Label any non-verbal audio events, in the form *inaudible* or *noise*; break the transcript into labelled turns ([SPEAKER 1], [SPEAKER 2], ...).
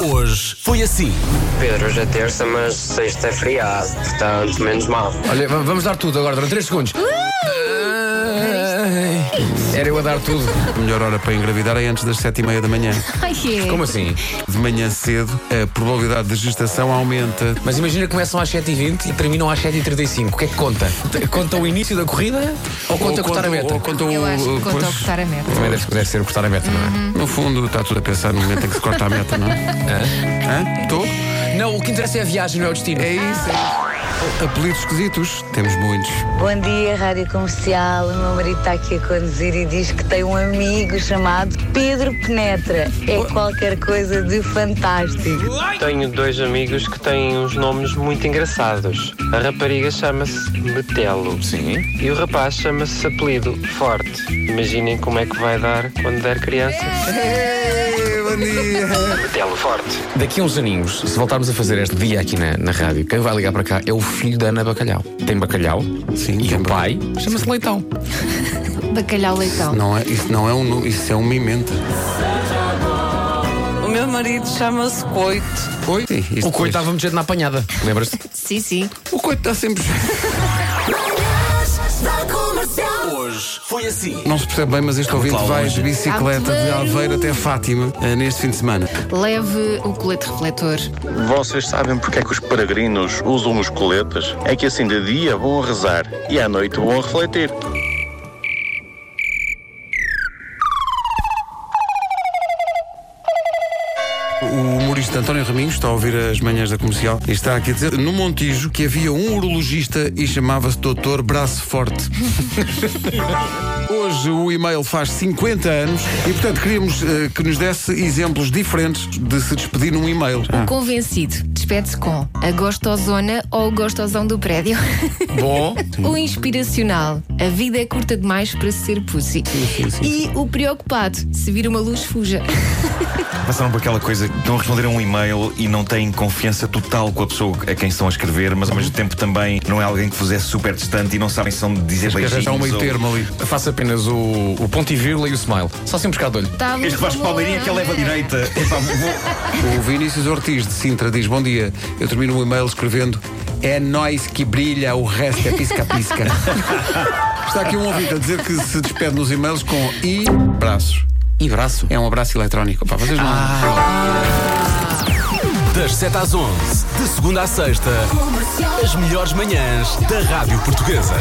[SPEAKER 1] Hoje foi assim.
[SPEAKER 2] Pedro, hoje é terça, mas sexta é feriado, portanto, menos mal.
[SPEAKER 3] Olha, va- vamos dar tudo agora, durante 3 segundos. Ai, Era eu a dar tudo.
[SPEAKER 1] A melhor hora para engravidar é antes das sete e meia da manhã.
[SPEAKER 4] Ai, é.
[SPEAKER 3] Como assim?
[SPEAKER 1] De manhã cedo, a probabilidade de gestação aumenta.
[SPEAKER 5] Mas imagina que começam às 7h20 e terminam às 7h35. O que é que conta? Conta o início da corrida ou conta cortar a meta?
[SPEAKER 1] Ou conta o-
[SPEAKER 4] Eu acho que
[SPEAKER 1] pois,
[SPEAKER 4] conta ao cortar a meta.
[SPEAKER 5] Também deve, deve ser cortar a meta, não é?
[SPEAKER 1] No fundo, está tudo a pensar no momento em que se corta a
[SPEAKER 5] *laughs*
[SPEAKER 1] meta, não é? Estou?
[SPEAKER 5] Não, o que interessa é a viagem, não é o destino.
[SPEAKER 1] É isso. é. Apelidos esquisitos, temos muitos.
[SPEAKER 6] Bom dia, Rádio Comercial. O meu marido está aqui a conduzir e diz que tem um amigo chamado Pedro Penetra. É qualquer coisa de fantástico.
[SPEAKER 2] Tenho dois amigos que têm uns nomes muito engraçados. A rapariga chama-se Metelo. Sim. E o rapaz chama-se apelido Forte. Imaginem como é que vai dar quando der criança.
[SPEAKER 1] É, Bom dia.
[SPEAKER 2] Metelo Forte.
[SPEAKER 5] Daqui a uns aninhos, se voltarmos a fazer este dia aqui na, na rádio, quem vai ligar para cá é o filho da Ana Bacalhau. Tem bacalhau
[SPEAKER 1] Sim,
[SPEAKER 5] e
[SPEAKER 1] tem
[SPEAKER 5] o pai chama-se Leitão.
[SPEAKER 4] Bacalhau leitão.
[SPEAKER 1] Não é, isso não é um nu- isso é uma imenta.
[SPEAKER 7] O meu marido chama-se Coito.
[SPEAKER 1] Oi?
[SPEAKER 5] O coitado estava muito jeito na apanhada. Lembras-te?
[SPEAKER 4] Sim, sim.
[SPEAKER 1] O coito está sempre.
[SPEAKER 8] Hoje foi assim.
[SPEAKER 1] Não se percebe bem, mas este ouvinte
[SPEAKER 8] lá
[SPEAKER 1] vai
[SPEAKER 8] longe.
[SPEAKER 1] de bicicleta de Aveiro até Fátima eh, neste fim de semana.
[SPEAKER 4] Leve o colete refletor.
[SPEAKER 9] Vocês sabem porque é que os peregrinos usam os coletas? É que assim de dia vão a rezar e à noite vão a refletir.
[SPEAKER 1] O humorista António Raminhos está a ouvir as manhãs da comercial e está aqui a dizer no Montijo que havia um urologista e chamava-se Doutor Braço Forte. Hoje o e-mail faz 50 anos e, portanto, queríamos eh, que nos desse exemplos diferentes de se despedir num e-mail.
[SPEAKER 4] Ah,
[SPEAKER 10] Ah.
[SPEAKER 4] Convencido. Despede-se com a gostosona ou o gostosão do prédio. *laughs*
[SPEAKER 5] Bom.
[SPEAKER 4] o inspiracional. A vida é curta demais para ser pussy. E o preocupado. Se vir uma luz, fuja.
[SPEAKER 10] Passaram por aquela coisa que não responderam um e-mail e não têm confiança total com a pessoa a quem estão a escrever, mas ao mesmo tempo também não é alguém que vos é super distante e não sabem se são de dizer
[SPEAKER 1] Quer dizer,
[SPEAKER 10] beijinhos.
[SPEAKER 1] já um meio
[SPEAKER 10] ou-
[SPEAKER 1] termo ali.
[SPEAKER 5] Faça apenas o, o ponto e vírgula e o smile. Só assim um pescado de olho.
[SPEAKER 4] Tá
[SPEAKER 10] Este Vasco Palmeirinha que ele leva à direita. Epá, vou-
[SPEAKER 1] O Vinícius Ortiz de Sintra diz: Bom dia, eu termino o e-mail escrevendo É nós que brilha, o resto é pisca-pisca. Está aqui um ouvinte a dizer que se despede nos e-mails com e braços.
[SPEAKER 5] E braço.
[SPEAKER 1] É um abraço eletrónico. Pá, vocês não.
[SPEAKER 8] Das 7 às 11, de segunda à sexta, as melhores manhãs da Rádio Portuguesa.